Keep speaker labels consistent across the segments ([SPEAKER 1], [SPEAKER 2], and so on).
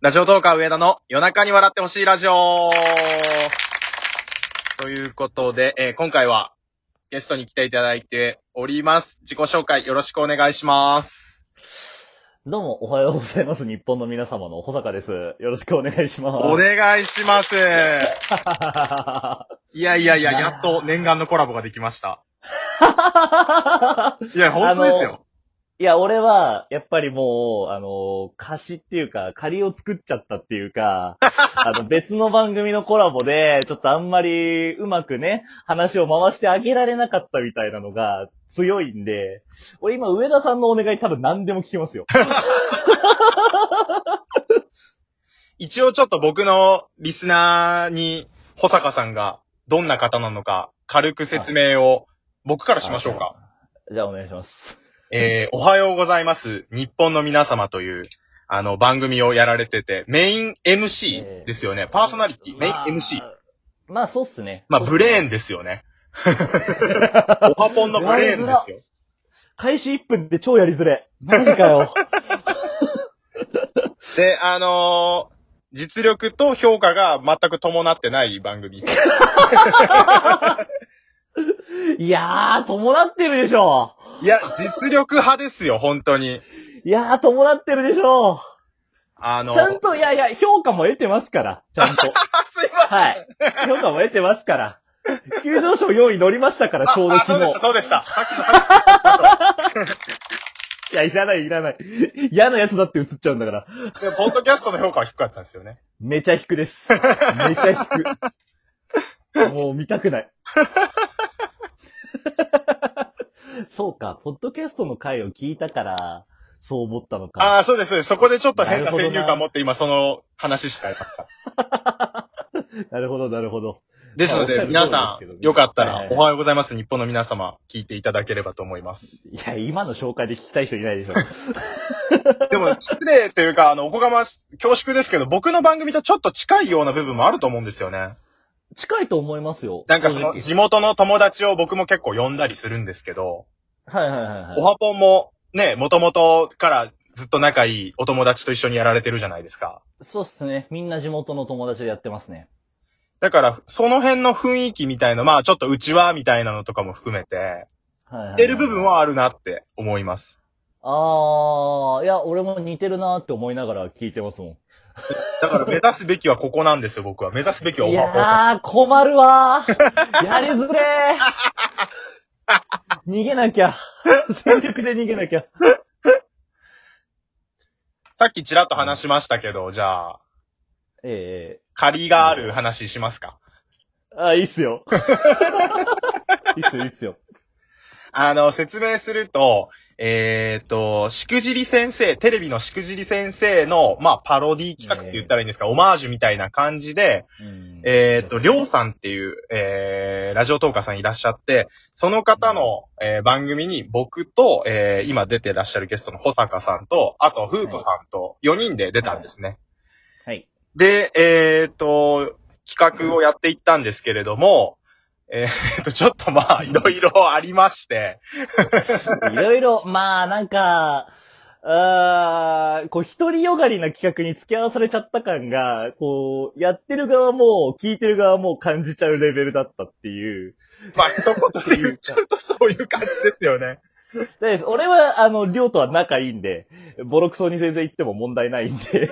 [SPEAKER 1] ラジオトーカー上田の夜中に笑ってほしいラジオということで、えー今回はゲストに来ていただいております。自己紹介よろしくお願いします。
[SPEAKER 2] どうも、おはようございます。日本の皆様の保坂です。よろしくお願いします。
[SPEAKER 1] お願いします。いやいやいや、
[SPEAKER 2] いやー
[SPEAKER 1] やっと念願のコラボができました。いや、本当ですよ。
[SPEAKER 2] いや、俺は、やっぱりもう、あの、貸しっていうか、仮を作っちゃったっていうか、 あの、別の番組のコラボで、ちょっとあんまりうまくね、話を回してあげられなかったみたいなのが強いんで、俺今、上田さんのお願い多分何でも聞きま すよ。
[SPEAKER 1] 一応ちょっと僕のリスナーに、保坂さんがどんな方なのか、軽く説明を僕からしましょうか。
[SPEAKER 2] じゃあお願いします。
[SPEAKER 1] えーおはようございます。日本の皆様という、あの、番組をやられてて、メイン MC ですよね。パーソナリティ、メイ
[SPEAKER 2] まあ
[SPEAKER 1] ン MC。。
[SPEAKER 2] まあ、そうっすね。
[SPEAKER 1] まあ、ブレーンですよね。オハポンのブレーンですよ。
[SPEAKER 2] 開始1分で超やりづれ。マジ かよ。
[SPEAKER 1] で、あのー実力と評価が全く伴ってない番組。
[SPEAKER 2] いやー、伴ってるでしょ。
[SPEAKER 1] いや、実力派ですよ、本当に。
[SPEAKER 2] いやー、伴ってるでしょ。
[SPEAKER 1] あの
[SPEAKER 2] ちゃんと、いやいや、評価も得てますから。ちゃん と。
[SPEAKER 1] あ、すいません。
[SPEAKER 2] はい。評価も得てますから。急上昇4位乗りましたから、ちょうど
[SPEAKER 1] あ、そ
[SPEAKER 2] 昨
[SPEAKER 1] うでした、
[SPEAKER 2] 日。
[SPEAKER 1] そうでした。さっきの
[SPEAKER 2] いや、いらない、いらない。嫌なやつだって映っちゃうんだから。
[SPEAKER 1] でポッドキャストの評価は低かったんですよね。
[SPEAKER 2] めちゃ引くです。めちゃ引く。もう見たくない。 そうか、ポッドキャストの回を聞いたから、そう思ったのか。
[SPEAKER 1] ああ、そうです、そうです。そこでちょっと変な先入
[SPEAKER 2] なるほどな
[SPEAKER 1] 観持って今その話しかやっぱ。
[SPEAKER 2] なるほど、なるほど。
[SPEAKER 1] ですの
[SPEAKER 2] ま
[SPEAKER 1] で、
[SPEAKER 2] あ
[SPEAKER 1] 皆さ
[SPEAKER 2] おっしゃる通りですけどね
[SPEAKER 1] ん、よかったら、
[SPEAKER 2] はいはい
[SPEAKER 1] おはようございます、日本の皆様、聞いていただければと思います。
[SPEAKER 2] いや、今の紹介で聞きたい人いない でしょ。
[SPEAKER 1] でも、失礼というか、あの、おこがまし、恐縮ですけど、僕の番組とちょっと近いような部分もあると思うんですよね。
[SPEAKER 2] 近いと思いますよ。
[SPEAKER 1] なんかその、
[SPEAKER 2] 正
[SPEAKER 1] 地元の友達を僕も結構呼んだりするんですけど、
[SPEAKER 2] 直はいはいはい
[SPEAKER 1] お
[SPEAKER 2] はい。
[SPEAKER 1] はぽんも、ね、もともとからずっと仲いいお友達と一緒にやられてるじゃないですか。
[SPEAKER 2] そうっすね。みんな地元の友達でやってますね。
[SPEAKER 1] だから、その辺の雰囲気みたいな、まあ、ちょっと内輪みたいなのとかも含めて、
[SPEAKER 2] はいはい、はい。
[SPEAKER 1] 似てる部分はあるなって思います。
[SPEAKER 2] あー、いや、俺も似てるなーって思いながら聞いてますもん。
[SPEAKER 1] だから目指すべきはここなんですよ、僕は。目指すべきはお
[SPEAKER 2] い
[SPEAKER 1] はぽん。
[SPEAKER 2] やー、困るわ ー。やりづれー。逃げな きゃ。全力で逃げなきゃ。
[SPEAKER 1] さっきちらっと話しましたけど、じゃあ、
[SPEAKER 2] え
[SPEAKER 1] 借りがある話しますか。
[SPEAKER 2] えあ、いいっす よ。いいっすよ、いいっすよ。
[SPEAKER 1] あの、説明すると、えーっと、しくじり先生、テレビのしくじり先生の、まあ、パロディ企画って言ったらいいんですか、オマージュみたいな感じで、
[SPEAKER 2] うん
[SPEAKER 1] えーっと、りょうさんっていう、えー、ラジオトーカーさんいらっしゃって、その方の、えー番組に僕と、えー、今出てらっしゃるゲストの保坂さんと、あと、ふうこさんと4人で出たんですね。
[SPEAKER 2] はい。
[SPEAKER 1] で、えーっと、企画をやっていったんですけれども、えーっと、ちょっとまあ、いろいろありまして、
[SPEAKER 2] いろいろ、まあ、なんか、あーこう、一人よがりな企画に付き合わされちゃった感が、こう、やってる側も、聞いてる側も感じちゃうレベルだったっていう。
[SPEAKER 1] まあ、一言で言っ ちゃうとそういう感じですよね。
[SPEAKER 2] で俺は、あの、りょうとは仲いいんで、ボロクソに全然言っても問題ないんで。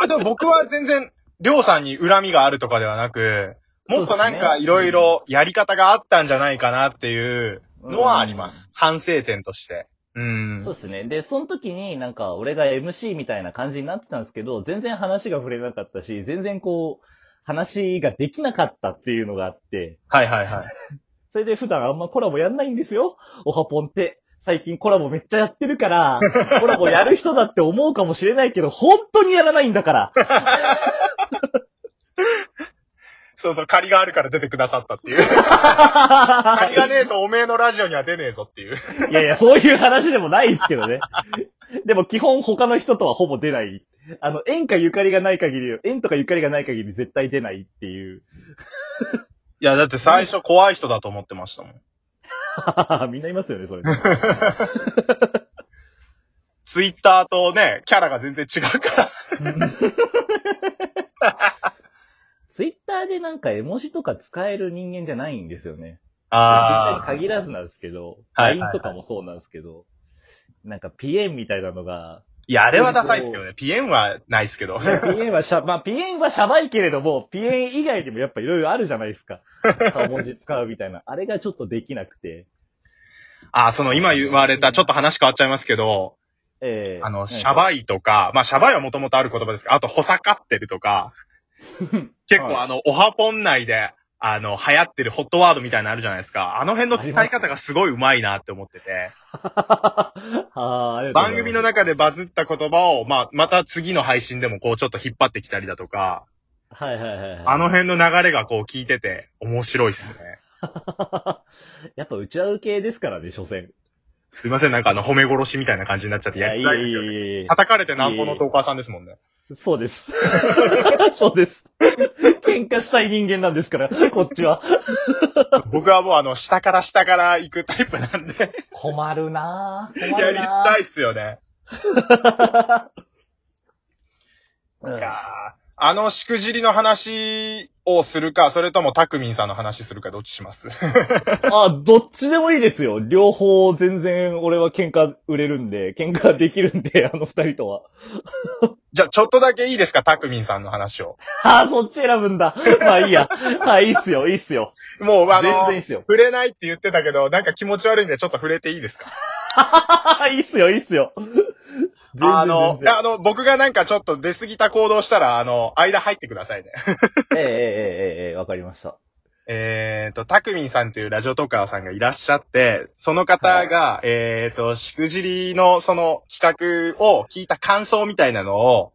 [SPEAKER 1] あ、でも僕は全然、りょうさんに恨みがあるとかではなく、もっとなん
[SPEAKER 2] そうです
[SPEAKER 1] か
[SPEAKER 2] ね
[SPEAKER 1] いろいろやり方があったんじゃないかなっていうのはあります。反省点として。うん
[SPEAKER 2] そう。ですね。で、その時になんか俺が MC みたいな感じになってたんですけど、全然話が触れなかったし、全然こう、話ができなかったっていうのがあって、
[SPEAKER 1] はいはいはい。
[SPEAKER 2] それで普段あんまコラボやんないんですよ。オハポンって。最近コラボめっちゃやって るから、コラボやる人だって思うかもしれないけど、本当にやらないんだから。
[SPEAKER 1] そうそう、借りがあるから出てくださったっていう。 借りがねえとおめえのラジオには出ねえぞっていう。
[SPEAKER 2] いやいや、そういう話でもないですけどね。でも基本他の人とはほぼ出ない。あの、縁かゆかりがない限り、縁とかゆかりがない限り絶対出ないっていう。
[SPEAKER 1] いや、だって最初怖い人だと思ってましたもん。
[SPEAKER 2] みんないますよね、それ。
[SPEAKER 1] ツイッターとね、キャラが全然違うから。
[SPEAKER 2] ツイッターでなんか絵文字とか使える人間じゃないんですよね。
[SPEAKER 1] あ
[SPEAKER 2] ツイッターに限らずなんですけど、
[SPEAKER 1] はい
[SPEAKER 2] LINE とかもそうなんですけど、なんかピエンみたいなのが、
[SPEAKER 1] いや、あれはダサいですけどね。ピエンはないですけど。
[SPEAKER 2] ピエンはしゃ、ま あ、ピエンはしゃばいけれども、ピエン以外にもやっぱいろいろあるじゃないですか。顔文字使うみたいな。あれがちょっとできなくて。
[SPEAKER 1] あ、その今言われた、ちょっと話変わっちゃいますけど、
[SPEAKER 2] ええ
[SPEAKER 1] あの、シ
[SPEAKER 2] ば
[SPEAKER 1] ャバいとか、まあ、シャバいはもともとある言葉ですけど、あと、ほさかってると か、結構
[SPEAKER 2] はい
[SPEAKER 1] あの、オハポン内で、あの、流行ってるホットワードみたいなのあるじゃないですか。あの辺の使い方がすごい上手いなって思ってて、
[SPEAKER 2] は あ、ありがとうございます
[SPEAKER 1] 番組の中でバズった言葉を、まあ、また次の配信でもこう、ちょっと引っ張ってきたりだとか、
[SPEAKER 2] はいはいはいはい。
[SPEAKER 1] あの辺の流れがこう、聞いてて、面白いっすね。
[SPEAKER 2] やっぱ内輪受けですからね、所詮。
[SPEAKER 1] すいません、なんかあの、褒め殺しみたいな感じになっちゃって、
[SPEAKER 2] い
[SPEAKER 1] や
[SPEAKER 2] や、
[SPEAKER 1] り
[SPEAKER 2] い
[SPEAKER 1] たい
[SPEAKER 2] や
[SPEAKER 1] です
[SPEAKER 2] い
[SPEAKER 1] よ
[SPEAKER 2] や
[SPEAKER 1] ね。
[SPEAKER 2] いや
[SPEAKER 1] 叩かれてなんぼのトーカーさんですもんね。
[SPEAKER 2] そうです。 そうです。喧嘩したい人間なんですから、こっちは。
[SPEAKER 1] 僕はもうあの、下から下から行くタイプなんで、
[SPEAKER 2] 困るなぁ。困
[SPEAKER 1] や
[SPEAKER 2] る
[SPEAKER 1] り
[SPEAKER 2] なぁ。
[SPEAKER 1] たいっすよね。
[SPEAKER 2] う
[SPEAKER 1] い
[SPEAKER 2] ん
[SPEAKER 1] やーあの、しくじりの話をするか、それともたくみんさんの話するかどっちします
[SPEAKER 2] あ、どっちでもいいですよ。両方全然俺は喧嘩売れるんで、喧嘩できるんで、あ の二人とは。
[SPEAKER 1] じゃあ、ちょっとだけいいですか、たくみんさんの話を。
[SPEAKER 2] あー、そっち選ぶんだ。まあいいや。はい、いいっすよ、いいっすよ。
[SPEAKER 1] もう、あ
[SPEAKER 2] 全然いい
[SPEAKER 1] の
[SPEAKER 2] っ、すよ。
[SPEAKER 1] 触れないって言ってたけど、なんか気持ち悪いんでちょっと触れていいですか
[SPEAKER 2] いいっすよ、いいっすよ。
[SPEAKER 1] あの
[SPEAKER 2] 全然全、然
[SPEAKER 1] あの、僕がなんかちょっと出過ぎた行動したら、あの、間入ってくださいね。
[SPEAKER 2] ええええええええ、わかりました。
[SPEAKER 1] えーと、たくみんさんというラジオトーカーさんがいらっしゃって、その方が、えーと、しくじりのその企画を聞いた感想みたいなのを、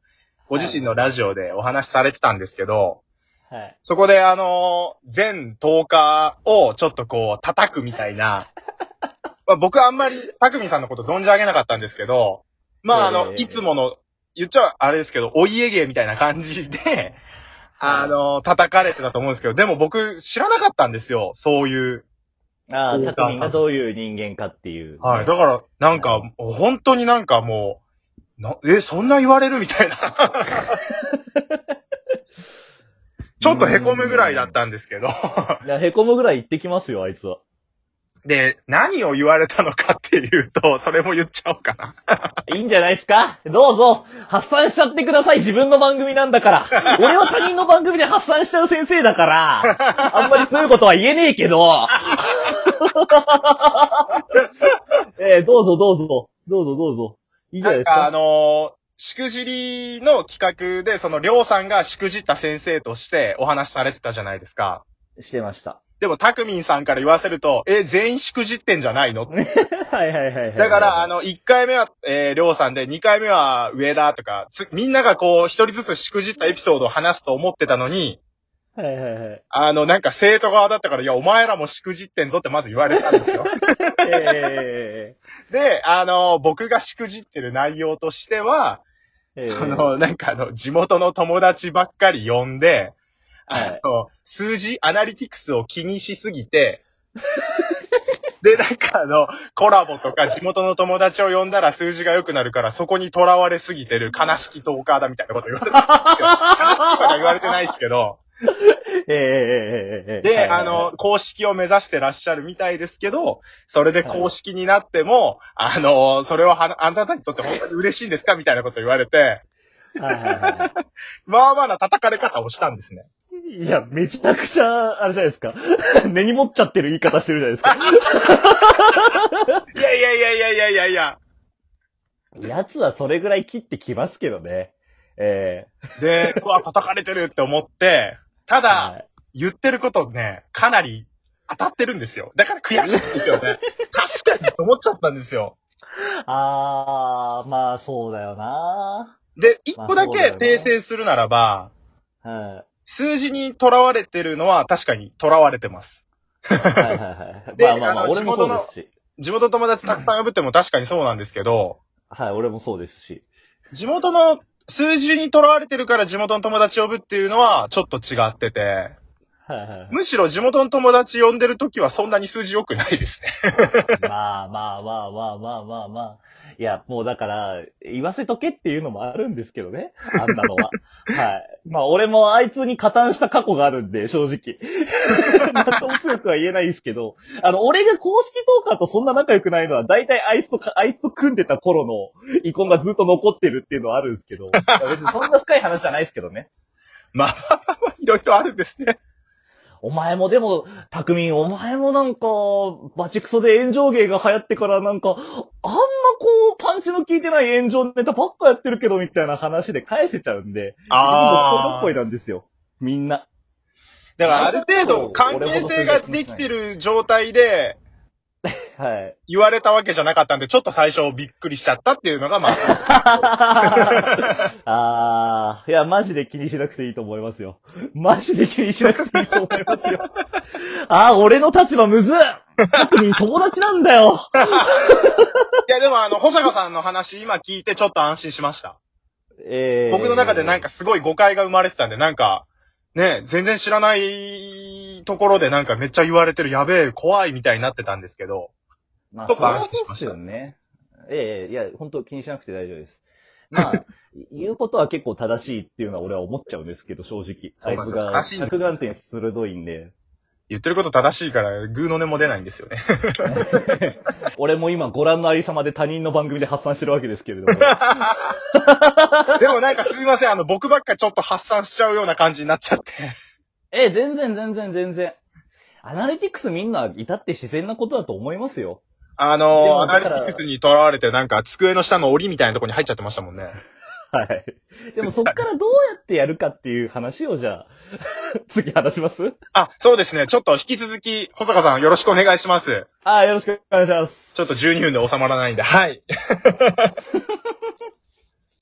[SPEAKER 1] ご自身のラジオでお話しされてたんですけど、
[SPEAKER 2] はい。
[SPEAKER 1] そこであの、全トーカーをちょっとこう叩くみたいな、まあ、僕はあんまりたくみんさんのこと存じ上げなかったんですけど、まああ
[SPEAKER 2] いやい
[SPEAKER 1] の、
[SPEAKER 2] やいやい
[SPEAKER 1] い
[SPEAKER 2] や
[SPEAKER 1] つもの、言っちゃあれですけど、お家芸みたいな感じで、あの、叩かれてたと思うんですけど、でも僕知らなかったんですよ、そういう。
[SPEAKER 2] あ
[SPEAKER 1] 大川さん
[SPEAKER 2] あ、匠がどういう人間かっていう。
[SPEAKER 1] はい。だから、なんか、本当になんかもう、なえ、そんな言われるみたいな。ちょっと凹むぐらいだったんですけど。
[SPEAKER 2] いや、へこむぐらい行ってきますよ、あいつは。
[SPEAKER 1] で、何を言われたのかっていうと、 それも言っちゃおうかな。
[SPEAKER 2] いいんじゃないですかどうぞ、発散しちゃってください、自分の番組なんだから。俺は他人の番組で発散しちゃう先生だから、あんまりそういうことは言えねえけど。 えー、どうぞどうぞ、どうぞどうぞ。いいじゃ
[SPEAKER 1] な
[SPEAKER 2] ない
[SPEAKER 1] ん
[SPEAKER 2] です
[SPEAKER 1] かあ
[SPEAKER 2] か
[SPEAKER 1] のーしくじりの企画で、その、りょうさんがしくじった先生としてお話しされてたじゃないですか。
[SPEAKER 2] してました。
[SPEAKER 1] でも、たくみんさんから言わせると、え、全員しくじってんじゃないの
[SPEAKER 2] はいはいはいはい。
[SPEAKER 1] だから、あ、の、1回目は、えー、りょうさんで、2回目は上だとか、つみんながこう、一人ずつしくじったエピソードを話すと思ってたのに、
[SPEAKER 2] はいはいはい。
[SPEAKER 1] あの、なんか生徒側だったから、いや、お前らもしくじってんぞってまず言われたんですよ。
[SPEAKER 2] え
[SPEAKER 1] で、あの、僕がしくじってる内容としては、
[SPEAKER 2] ー、えー
[SPEAKER 1] そ、の、なんかあの、地元の友達ばっかり呼んで、あの、数字、アナリティクスを気にしすぎて、で、なんかあの、コラボとか地元の友達を呼んだら数字が良くなるから、そこに囚われすぎてる悲しきトーカーだみたいなこと言われて、悲しきとか言われてないですけど、
[SPEAKER 2] えー、えー、えー、えー。
[SPEAKER 1] で、あの、公式を目指してらっしゃるみたいですけど、それで公式になっても、あの、それをはなあなたにとって本当に嬉しいんですかみたいなこと言われて、
[SPEAKER 2] はいはいはいは
[SPEAKER 1] まあまあな叩かれ方をしたん ですね。
[SPEAKER 2] い。いや、めちゃくちゃ、あれじゃないですか。 根に持っちゃってる言い方してるじゃないですか。
[SPEAKER 1] いやいやいやいやいやいやいや。
[SPEAKER 2] 奴はそれぐらい切ってきますけどね。え
[SPEAKER 1] で、うわ、叩かれてるって思って、た
[SPEAKER 2] え
[SPEAKER 1] だ、
[SPEAKER 2] はい
[SPEAKER 1] 言ってることね、かなり当たってるんですよ。だから悔しいんですよ ね。確かにと思っちゃったんですよ。
[SPEAKER 2] あー、まあそうだよな
[SPEAKER 1] で、一個だ
[SPEAKER 2] まあそうだ
[SPEAKER 1] け
[SPEAKER 2] よね
[SPEAKER 1] 訂正するならば、
[SPEAKER 2] は
[SPEAKER 1] 数字に囚われてるのは確かに囚われてます。
[SPEAKER 2] いはいはいはい。
[SPEAKER 1] で
[SPEAKER 2] まあまあま
[SPEAKER 1] あ
[SPEAKER 2] あ、
[SPEAKER 1] の
[SPEAKER 2] 俺もそうですし。
[SPEAKER 1] 地元の友達たくさん呼ぶっても確かにそうなんですけど、
[SPEAKER 2] はい、俺もそうですし。
[SPEAKER 1] 地元の数字に囚われてるから地元の友達呼ぶっていうのはちょっと違ってて、
[SPEAKER 2] はいはいはい。
[SPEAKER 1] むしろ地元の友達呼んでる時はそんなに数字良くないですね。
[SPEAKER 2] まあまあまあまあまあまあまあ。いや、もうだから、言わせとけっていうのもあるんですけどね。あんなのは。はい。まあ俺もあいつに加担した過去があるんで、正直。 まとも強くは言えないですけど、あの、俺が公式トーカーとそんな仲良くないのは、大体あいつとか、あいつと組んでた頃の遺恨がずっと残ってるっていうのはあるんですけど、いや別にそんな深い話じゃないですけどね。
[SPEAKER 1] まあまあまあまあ、いろいろあるんですね。
[SPEAKER 2] お前もでも、たくみん、お前もなんか、バチクソで炎上芸が流行ってからなんか、あんまこう、パンチの効いてない炎上ネタばっかやってるけど、みたいな話で返せちゃうんで、どっこいなんですよ。みんな。
[SPEAKER 1] だからある程度関係性ができてる状態で
[SPEAKER 2] はい。
[SPEAKER 1] 言われたわけじゃなかったんで、ちょっと最初びっくりしちゃったっていうのがまあ、
[SPEAKER 2] あー、いや、マジで気にしなくていいと思いますよ。マジで気にしなくていいと思いますよ。あー、俺の立場むずったくみん友達なんだ
[SPEAKER 1] い
[SPEAKER 2] よ
[SPEAKER 1] や、でもあの、保坂さんの話今聞いてちょっと安心しました。
[SPEAKER 2] え
[SPEAKER 1] 僕の中でなん
[SPEAKER 2] か、
[SPEAKER 1] かすごい誤解が生まれてたんで、なんか、ね、全然知らないところでなんかめっちゃ言われてる、やべえ、怖いみたいになってたんですけど。
[SPEAKER 2] まあ、
[SPEAKER 1] ちょ
[SPEAKER 2] そ
[SPEAKER 1] っと
[SPEAKER 2] う
[SPEAKER 1] 安心し
[SPEAKER 2] で
[SPEAKER 1] ました
[SPEAKER 2] すよね。ええいや、本当気にしなくて大丈夫です。ま あ、言うことは結構正しいっていうのは俺は思っちゃうんですけど、正直。
[SPEAKER 1] そうなん
[SPEAKER 2] あい
[SPEAKER 1] です
[SPEAKER 2] つ
[SPEAKER 1] よ
[SPEAKER 2] が
[SPEAKER 1] 正しいんです
[SPEAKER 2] 着眼点鋭いんで。
[SPEAKER 1] 言ってること正しいから、グーの音も出ないんですよ ね。
[SPEAKER 2] 俺も今ご覧のありさまで他人の番組で発散してるわけですけれ ども。
[SPEAKER 1] でもなんかすいません、あの、僕ばっかちょっと発散しちゃうような感じになっちゃって。
[SPEAKER 2] ええ全然全然全然。アナリティクスみんな至って自然なことだと思いますよ。
[SPEAKER 1] あ
[SPEAKER 2] で
[SPEAKER 1] の、
[SPEAKER 2] も
[SPEAKER 1] ア
[SPEAKER 2] だか
[SPEAKER 1] ナリ
[SPEAKER 2] ら
[SPEAKER 1] ティクスに囚われてなんか机の下の檻みたいなところに入っちゃってましたもんね。
[SPEAKER 2] はい。でもそっからどうやってやるかっていう話をじゃあ、 次話します
[SPEAKER 1] あ、そうですね。ちょっと引き続き、保坂さんよろしくお願いします。
[SPEAKER 2] ああ、よろしくお願いします。
[SPEAKER 1] ちょっと12分で収まらないんで、はい。